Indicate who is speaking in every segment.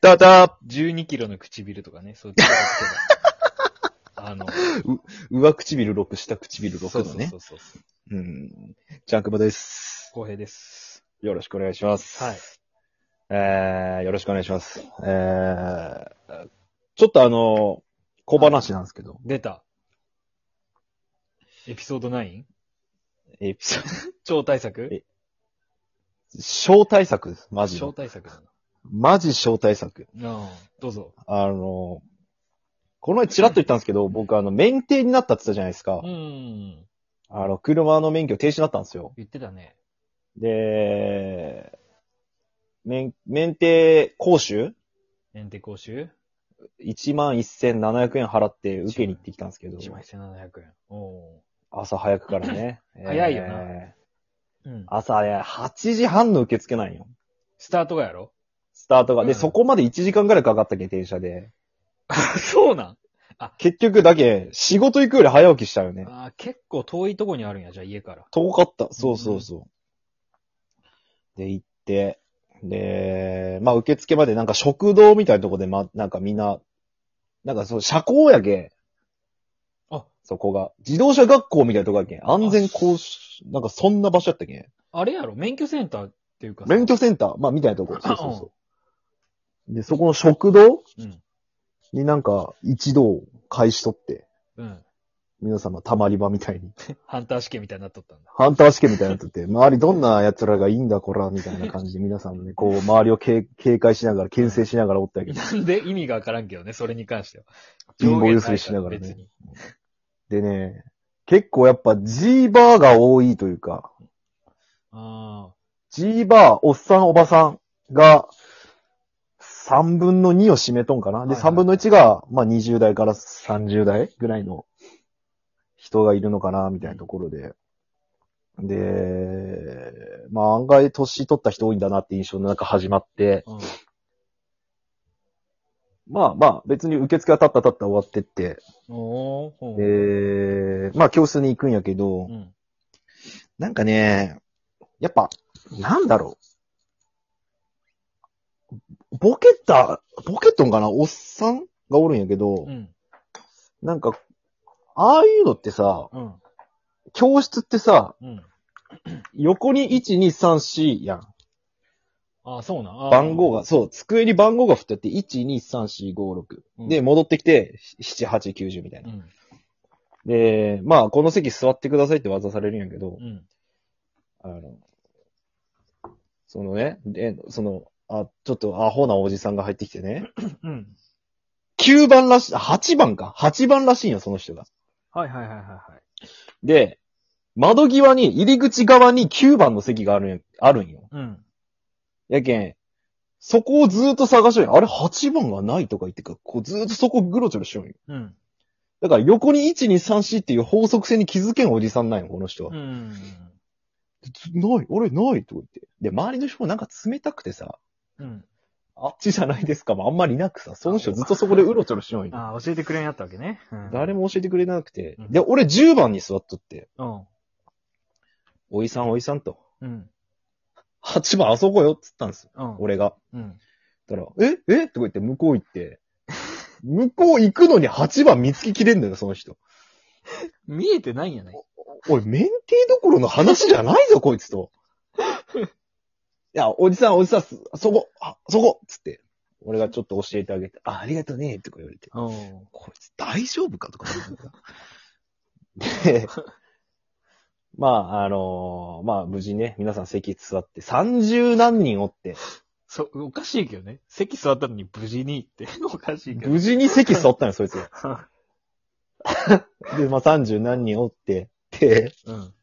Speaker 1: ダダ12キロの唇とかね、そういうとこ ろとかあの、
Speaker 2: 上唇6、下唇6のね。
Speaker 1: そうそうそうそう。
Speaker 2: うん。ジャンクボです。
Speaker 1: 公平です。
Speaker 2: よろしくお願いします。
Speaker 1: はい。
Speaker 2: えー、よろしくお願いします。えー、ちょっとあの、小話なんですけど、
Speaker 1: 出た。エピソード 9?
Speaker 2: エピソー
Speaker 1: 超対策
Speaker 2: えド、小対策です。マジ
Speaker 1: 超
Speaker 2: の。
Speaker 1: 対策だ
Speaker 2: マジ小対策。
Speaker 1: な。うん。どうぞ。
Speaker 2: あの、この前チラッと言ったんですけど、僕あの、免停になったって言ったじゃないですか
Speaker 1: う。ん。
Speaker 2: あの、車の免許停止になったんですよ。
Speaker 1: 言ってたね。
Speaker 2: で、免、免停講習
Speaker 1: 免停講習
Speaker 2: ?11,700 円払って受けに行ってきたんですけど、
Speaker 1: ?1 枚1700円。お
Speaker 2: 朝早くからね。
Speaker 1: 早いよな
Speaker 2: え
Speaker 1: ーうん
Speaker 2: ー。朝早い。8時半の受付なんよ。
Speaker 1: スタートが やろ
Speaker 2: スタートが。で、
Speaker 1: うん
Speaker 2: そこまで1時間ぐらいかかったけ、電車で。
Speaker 1: そうなん
Speaker 2: 結局だけ、仕事行くより早起きしたよね。
Speaker 1: あー結構遠いとこにあるんや、じゃあ家から。
Speaker 2: 遠かった。そうそうそう。で、行って、で、まあ、受付までなんか食堂みたいなとこで、ま、なんかみんな、なんかそう、社交やけ。
Speaker 1: あ、
Speaker 2: そこが。自動車学校みたいなとこやけ。安全講習、なんかそんな場所やったけ。
Speaker 1: あれやろ免許センターっていうかさ
Speaker 2: 免許センター、まあ、みたいなとこ。そうそうそう。で、そこの食堂
Speaker 1: うん。
Speaker 2: になんか、一同、返し取って、
Speaker 1: うん。
Speaker 2: 皆様、たまり場みたいに。
Speaker 1: ハンター試験みたいになっとったんだ。
Speaker 2: ハンター試験みたいになってて、周りどんな奴らがいいんだ、こら、みたいな感 じで、皆さんもね、こう、周りを警警戒しながら、牽制しながらおったんやけど、
Speaker 1: なんで意味がわからんけどね、それに関しては。
Speaker 2: 貧乏ゆすりしながら
Speaker 1: 別
Speaker 2: ね。
Speaker 1: に。
Speaker 2: でね、結構やっぱ G バーが多いというか、
Speaker 1: あ
Speaker 2: G バー、おっさん、おばさんが、3分の2を占めとんかな。で、
Speaker 1: はいは
Speaker 2: 3
Speaker 1: い
Speaker 2: 分の1が、まあ20代から30代ぐらいの人がいるのかな、みたいなところで。で、まあ案外年取った人多いんだなって印象の中始まって、
Speaker 1: あ。うん。
Speaker 2: まあまあ別に受付はたったたった終わってって、
Speaker 1: おーほう。
Speaker 2: で、まあ教室に行くんやけど
Speaker 1: う、ん。
Speaker 2: なんかね、やっぱ、なんだろう。ボケた、ボケとんかなおっさんがおるんやけど、
Speaker 1: うん。
Speaker 2: なんか、ああいうのってさ、
Speaker 1: うん。
Speaker 2: 教室ってさ、
Speaker 1: うん。
Speaker 2: 横に1、2、3、4やん。
Speaker 1: ああ、そうなん。あー
Speaker 2: 番号が、、そう、机に番号が振ってあって、1、2、3、4、5、
Speaker 1: う
Speaker 2: 6。
Speaker 1: ん
Speaker 2: で、戻ってきて、7、8、90みたいうな。
Speaker 1: ん。
Speaker 2: で、まあ、この席座ってくださいって渡されるんやけど、
Speaker 1: うん。
Speaker 2: あの、そのね、で、その、あ、ちょっとアホなおじさんが入ってきてね、
Speaker 1: うん。
Speaker 2: 9番らしい、8番か、8番らしいんよ、その人が。
Speaker 1: はいはいはいはいはい。
Speaker 2: で、窓際に、入り口側に9番の席があるんや、あるんよ。
Speaker 1: うん。
Speaker 2: やけん、そこをずーっと探しようよ。あれ、8番がないとか言ってから、こうずーっとそこぐろちょろしようよ。
Speaker 1: うん。
Speaker 2: だから横に1、2、3、4っていう法則性に気づけんおじさんなんよ、この人は。
Speaker 1: うん。
Speaker 2: つない、あれ、ないとか言って。で、周りの人もなんか冷たくてさ、
Speaker 1: うん。
Speaker 2: あっちじゃないですかもあんまりいなくさ、その人ずっとそこでうろちょろしようよ。
Speaker 1: ああ、教えてくれんやったわけね。うん、
Speaker 2: 誰も教えてくれなくて
Speaker 1: う。ん
Speaker 2: で、俺10番に座っとって、
Speaker 1: も。
Speaker 2: おいさんおいさんと、
Speaker 1: うん。うん。
Speaker 2: 8番あそこよっつったんですよ。
Speaker 1: うん。
Speaker 2: 俺が。
Speaker 1: うん。
Speaker 2: たら、ええとか言って向こう行って、向こう行くのに8番見つけきれんのよ、その人。
Speaker 1: 見えてないんやね。
Speaker 2: おい、免停どころの話じゃないぞ、こいつと。いや、おじさん、おじさん、そこ、あ、そこっつって。俺がちょっと教えてあげて、あ、ありがとね、とか言われて。
Speaker 1: お
Speaker 2: こいつ大丈夫かとか思った。で、 まあ、あのーまあ、無事ね、皆さん席座って、30何人おって、
Speaker 1: そ、おかしいけどね。席座ったのに無事にって。 おかし いけど。
Speaker 2: 無事に席座ったのよ、そいつが。で、まあ、30何人おって、で、
Speaker 1: うん。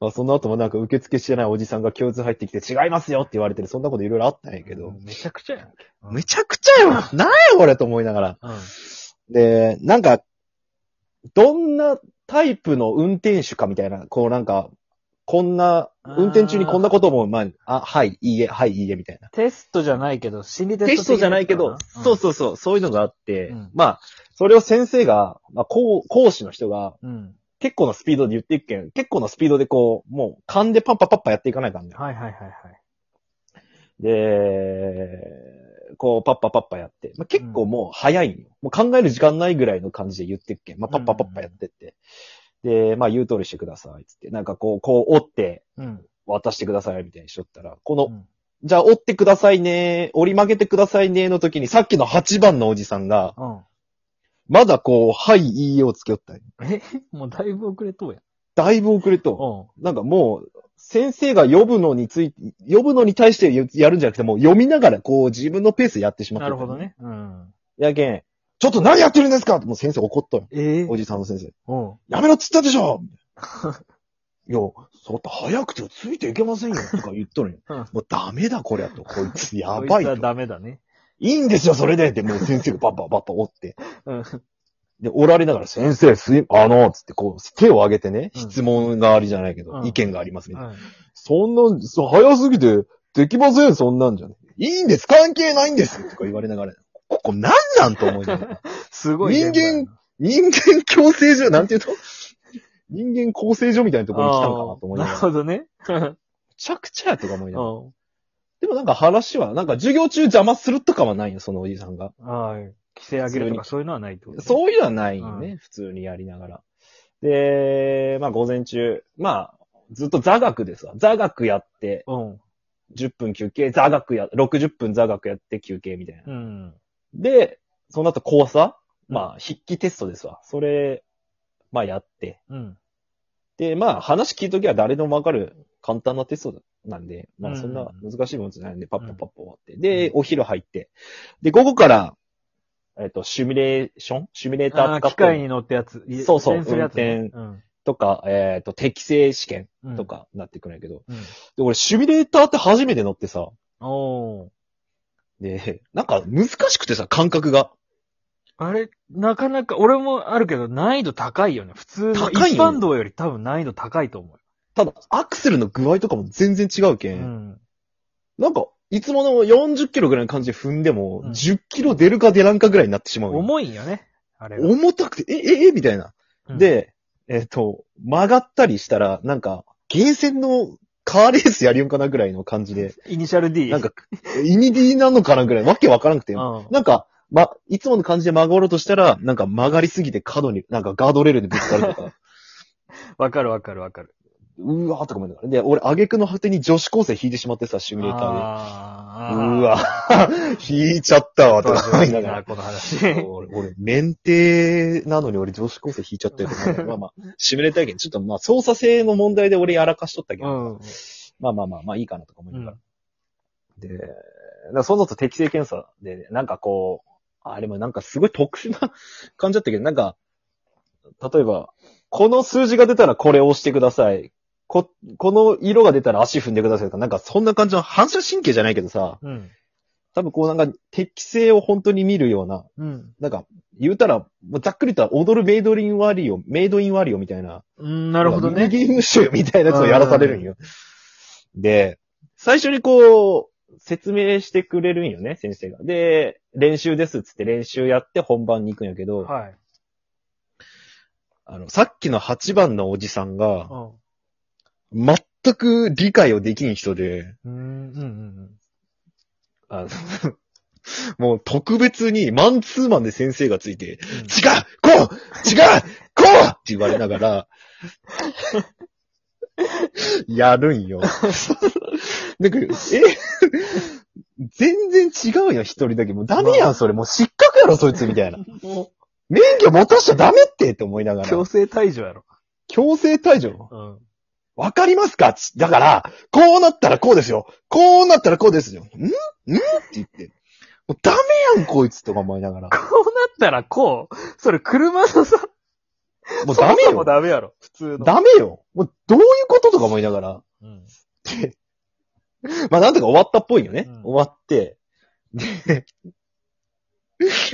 Speaker 2: まあ、その後もなんか受付してないおじさんが共通入ってきて、違いますよって言われてる、そんなこといろいろあったんやけど、
Speaker 1: めちゃくちゃやん。うん
Speaker 2: めちゃくちゃよなんやこれと思いながら。
Speaker 1: うん。
Speaker 2: で、なんか、どんなタイプの運転手かみたいな、こうなんか、こんな、
Speaker 1: あー
Speaker 2: 運転中にこんなことも、まあ、あ、はい、いいえ、はい、いいえ、みたいな。
Speaker 1: テストじゃないけど、心理テスト。
Speaker 2: テストじゃないけど、そうそうそう、そういうのがあって、
Speaker 1: うん
Speaker 2: まあ、それを先生が、まあ、講講師の人が、
Speaker 1: うん。うん。
Speaker 2: 結構なスピードで言っていくけん、結構なスピードでこう、もう、勘でパッパパッパやっていかないかんね。
Speaker 1: はいはいはいはい。
Speaker 2: で、こう、パッパパッパやって、まあ、結構もう早いんよ。もう考える時間ないぐらいの感じで言ってっけん。まあ、パッパパッパやってって。で、まあ、言う通りしてください、つって。なんかこう、こう折って、
Speaker 1: うん。
Speaker 2: 渡してください、みたいにしとったら、こ
Speaker 1: う
Speaker 2: の、
Speaker 1: ん
Speaker 2: じゃあ折ってくださいね、折り曲げてくださいね、の時にさっきの8番のおじさんが、
Speaker 1: うん。
Speaker 2: まだこう、はい、いいよをつけよったんよ
Speaker 1: え もうだいぶ遅れとうや。
Speaker 2: だいぶ遅れと。
Speaker 1: うん。
Speaker 2: なんかもう、先生が呼ぶのについて、呼ぶのに対してやるんじゃなくて、もう読みながら、こう自分のペースでやってしまった、
Speaker 1: なるほど。ね。うん。
Speaker 2: やけん、ちょっと何やってるんですかってもう先生怒っとんよ。
Speaker 1: ええ
Speaker 2: おじさんの先生。
Speaker 1: うん。
Speaker 2: やめろっつったでし ょいや、そうだって早くてついていけませんよ。とか言っとるんよ。
Speaker 1: うん
Speaker 2: もうダメだこりゃと。こいつや
Speaker 1: こ
Speaker 2: ば
Speaker 1: い
Speaker 2: い
Speaker 1: つは
Speaker 2: と。
Speaker 1: ダメだね。
Speaker 2: いいんですよ、それで。ってもう先生がバッ バッバッバ折って。
Speaker 1: うん。
Speaker 2: で、おられながら、先生、すい、あの、つって、こう、手を挙げてね、
Speaker 1: うん
Speaker 2: 質問がありじゃないけど、
Speaker 1: うん
Speaker 2: 意見がありますみたいな
Speaker 1: うん
Speaker 2: そんな、そ早すぎて、できません、そんなんじゃね。いいんです、関係ないんですとか言われながら、ここ何なんと思いながら。
Speaker 1: すごい現場やな。
Speaker 2: 人人間共生所、なんていうと人間構成所みたいなところに来たのかなと思いな
Speaker 1: あー
Speaker 2: が
Speaker 1: な
Speaker 2: ら。
Speaker 1: る
Speaker 2: め
Speaker 1: ほどね。
Speaker 2: ちゃくちゃやとか思いながら。
Speaker 1: う
Speaker 2: でもなんか話は、なんか授業中邪魔するとかはないよ、そのおじさんが。
Speaker 1: ん。はい。規制上げるとかそういうのはないってことう
Speaker 2: そういうのはないよね、普通にやりながら。で、まあ午前中、まあ、ずっと座学ですわ。座学やって、
Speaker 1: うん。
Speaker 2: 10分休憩、座学や、60分座学やって休憩みたいな。
Speaker 1: うん。
Speaker 2: で、その後交差まあ、筆記テストですわ。それ、まあやって。
Speaker 1: うん。
Speaker 2: で、まあ、話聞いときは誰でもわかる簡単なテストなんで、まあそんな難しいものじゃないんで、パッパパッパ終わって。で、お昼入って。で、午後から、えっ、と、シミュレーションシミュレータ
Speaker 1: あ
Speaker 2: ー使
Speaker 1: あー、機
Speaker 2: った
Speaker 1: 械
Speaker 2: り
Speaker 1: に乗ったやつ。い
Speaker 2: そうそう
Speaker 1: 運転するやつね。
Speaker 2: とか、えっ、と、適正試験
Speaker 1: うん。
Speaker 2: と。かなってくるんやけど。
Speaker 1: うん。
Speaker 2: で、俺、シミュレーターって初めて乗ってさ、
Speaker 1: おー。
Speaker 2: で、なんか難しくてさ、感覚が。
Speaker 1: あれ、なかなか、俺もあるけど、難易度高いよね。普通の一
Speaker 2: 高いよ
Speaker 1: 般道より多分難易度高いと思う。
Speaker 2: ただ、アクセルの具合とかも全然違うけ、
Speaker 1: うんん。
Speaker 2: なんか、いつもの40キロぐらいの感じで踏んでも、
Speaker 1: うん
Speaker 2: 10キロ出るか出らんかぐらいになってしまうよ。
Speaker 1: 重いよね。あれが。
Speaker 2: 重たくて、え、え、え、みたいな。
Speaker 1: うん、
Speaker 2: で、えっ、と、曲がったりしたら、なんか、ゲーセンのカーレースやりよんかなぐらいの感じで、
Speaker 1: イニシャル D。
Speaker 2: なんか、イニディなのかなぐらい、わけわからなくて
Speaker 1: う、ん、
Speaker 2: なんか、ま、いつもの感じで曲がろうとしたら、なんか曲がりすぎて角に、なんかガードレールにぶつかると か、
Speaker 1: わかるわかるわかる。
Speaker 2: うわーとか思いながら。で、俺、挙句の果てに女子高生引いてしまってさ、シミュレーターで。
Speaker 1: あー
Speaker 2: うわ、 引いちゃったわ、と
Speaker 1: どう
Speaker 2: か
Speaker 1: しよ
Speaker 2: 思
Speaker 1: う
Speaker 2: い
Speaker 1: い
Speaker 2: ないが
Speaker 1: な、
Speaker 2: ら。
Speaker 1: この話。
Speaker 2: 俺、俺免停なのに俺女子高生引いちゃったよと思 う。まあまあ、シミュレーターやけんちょっとまあ操作性の問題で俺やらかしとったけ
Speaker 1: う
Speaker 2: ど、
Speaker 1: ん。
Speaker 2: まあまあまあ、まあいいかなとか思いうながら。
Speaker 1: ん。
Speaker 2: で、だからその後適正検査で、なんかこう、あれもなんかすごい特殊な感じだったけど、なんか、例えば、この数字が出たらこれを押してください。こ、この色が出たら足踏んでくださいとか、なんかそんな感じの反射神経じゃないけどさ、
Speaker 1: うん。
Speaker 2: 多分こうなんか適性を本当に見るような、
Speaker 1: うん。
Speaker 2: なんか言うたら、もうざっくりとは踊るメイドインワリオ、メイドインワリオみたいな。
Speaker 1: うん、なるほど
Speaker 2: ミニ
Speaker 1: ね。
Speaker 2: ゲーム集みたいなやつをやらされるんよ。で、最初にこう、説明してくれるんよね、先生が。で、練習ですっつって練習やって本番に行くんやけど、
Speaker 1: はい。
Speaker 2: あの、さっきの8番のおじさんが、
Speaker 1: うん。
Speaker 2: 全く理解をできん人で、
Speaker 1: うん、うん、うん。
Speaker 2: あの、 もう特別にマンツーマンで先生がついて、違うこう違うこうって言われなが ら、やるんよ。なんか、え全然違うよ、一人だけ。もうダメやん、それ。もう失格やろ、そいつ、みたいな。
Speaker 1: も
Speaker 2: 免許持たしちゃダメってって思いなが
Speaker 1: う、強
Speaker 2: ら。
Speaker 1: 制退場やろ。
Speaker 2: 強制退場。
Speaker 1: うん。
Speaker 2: わかりますかつだから、こうなったらこうですよ。こうなったらこうですよ。んんって言って。もうダメやん、こいつ、とか思いながら。
Speaker 1: こうなったらこう、それ車のさ、
Speaker 2: もうダメ
Speaker 1: 操作も
Speaker 2: よ。
Speaker 1: ダメやろ、普通の。
Speaker 2: ダメよ。もうどういうこととか思いながら。
Speaker 1: うん。
Speaker 2: まあ、なんとか終わったっぽいよね。
Speaker 1: うん
Speaker 2: 終わって。で、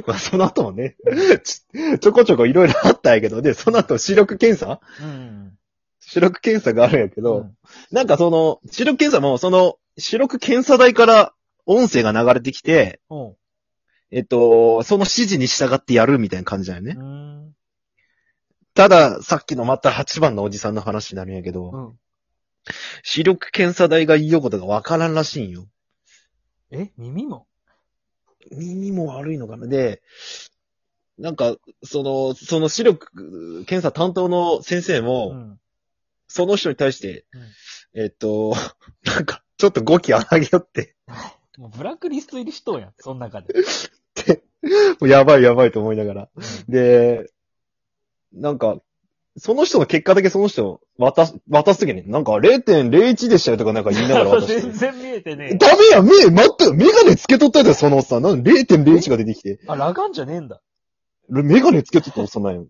Speaker 2: まあ、その後もね、ちちょこちょこいろいろあったんやけど、で、その後視力検査
Speaker 1: うん。
Speaker 2: 視力検査があるんやけど、
Speaker 1: うん
Speaker 2: なんかその、視力検査も、その、視力検査台から音声が流れてきて、
Speaker 1: うん。
Speaker 2: えっと、その指示に従ってやるみたいな感じだよね。
Speaker 1: うん。
Speaker 2: ただ、さっきのまた8番のおじさんの話になるんやけど、
Speaker 1: うん。
Speaker 2: 視力検査台がいいよことがわからんらしいんよ。
Speaker 1: え、耳も
Speaker 2: 耳も悪いのかな。で、なんか、その、その視力検査担当の先生も、
Speaker 1: うん。
Speaker 2: その人に対して、えっと、 なんか、ちょっと語気荒げよって、
Speaker 1: もうブラックリスト入りしとうやん、その中で。
Speaker 2: もうやばいやばいと思いながら。
Speaker 1: うん
Speaker 2: で、なんか、その人の結果だけその人を渡す、渡すときに、なんか0.01でしたよとかなんか言いながら渡 して
Speaker 1: 全。然見えてねえ。
Speaker 2: ダメや、目、待って、メガネつけとったやつだよ、そのおっさん。なんで0.01が出てきて。
Speaker 1: あ、ラガンじゃねえんだ。
Speaker 2: メガネつけとったおっさんなんや。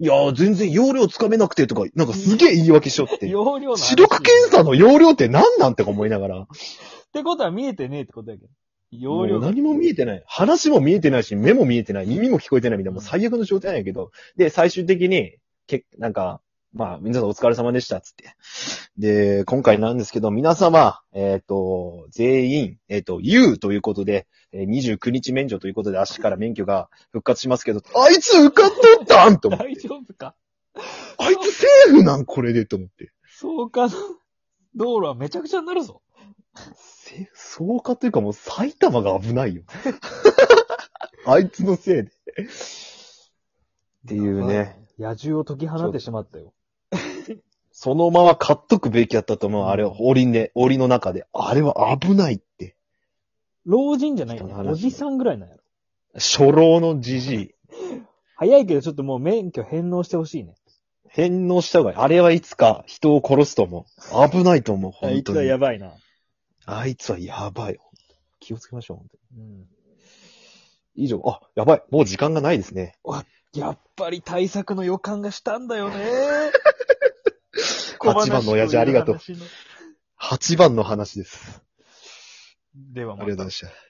Speaker 2: いやー、全然容量つかめなくてとか、なんかすげえ言い訳しよって。
Speaker 1: 容量の話
Speaker 2: 視力検査の容量って何なんて思いながら。
Speaker 1: ってことは見えてねえってことやけど。容量
Speaker 2: もう何も見えてない。話も見えてないし、目も見えてない、耳も聞こえてないみたいな、もう最悪の状態なんやけど。で、最終的に、け、なんか、まあ、皆さんお疲れ様でした、つって。で、今回なんですけど、皆様、えっ、と、全員、えっ、と、U ということで、えー29日免除ということで、明日から免許が復活しますけど、あいつ受かっとったんと思って
Speaker 1: 大丈夫か
Speaker 2: あいつセーフなんこれでと思って。
Speaker 1: そうかな。道路はめちゃくちゃになるぞ。
Speaker 2: せそうかというかもう埼玉が危ないよ。 あいつのせいで。っていうね。。
Speaker 1: 野獣を解き放ってしまったよ。
Speaker 2: そのまま買っとくべきやったと思う。あれは、檻ね、檻の中で。あれは危ないって。
Speaker 1: 老人じゃないよね
Speaker 2: 人の話
Speaker 1: おじさんぐらいなんやろ。
Speaker 2: 初老のじじい。
Speaker 1: 早いけどちょっともう免許返納してほしいね。
Speaker 2: 返納した方がいい。あれはいつか人を殺すと思う。危ないと思う、本当に。
Speaker 1: ばいな。
Speaker 2: あいつはやばい。気をつけましょう、本当
Speaker 1: うん。
Speaker 2: に。以上。あ、やばい。もう時間がないですね。
Speaker 1: やっぱり対策の予感がしたんだ よね。
Speaker 2: 8番の親父ありがとう
Speaker 1: 小話の
Speaker 2: 8番の話です。
Speaker 1: では
Speaker 2: あ
Speaker 1: ま
Speaker 2: りがとうご
Speaker 1: た
Speaker 2: ざいました。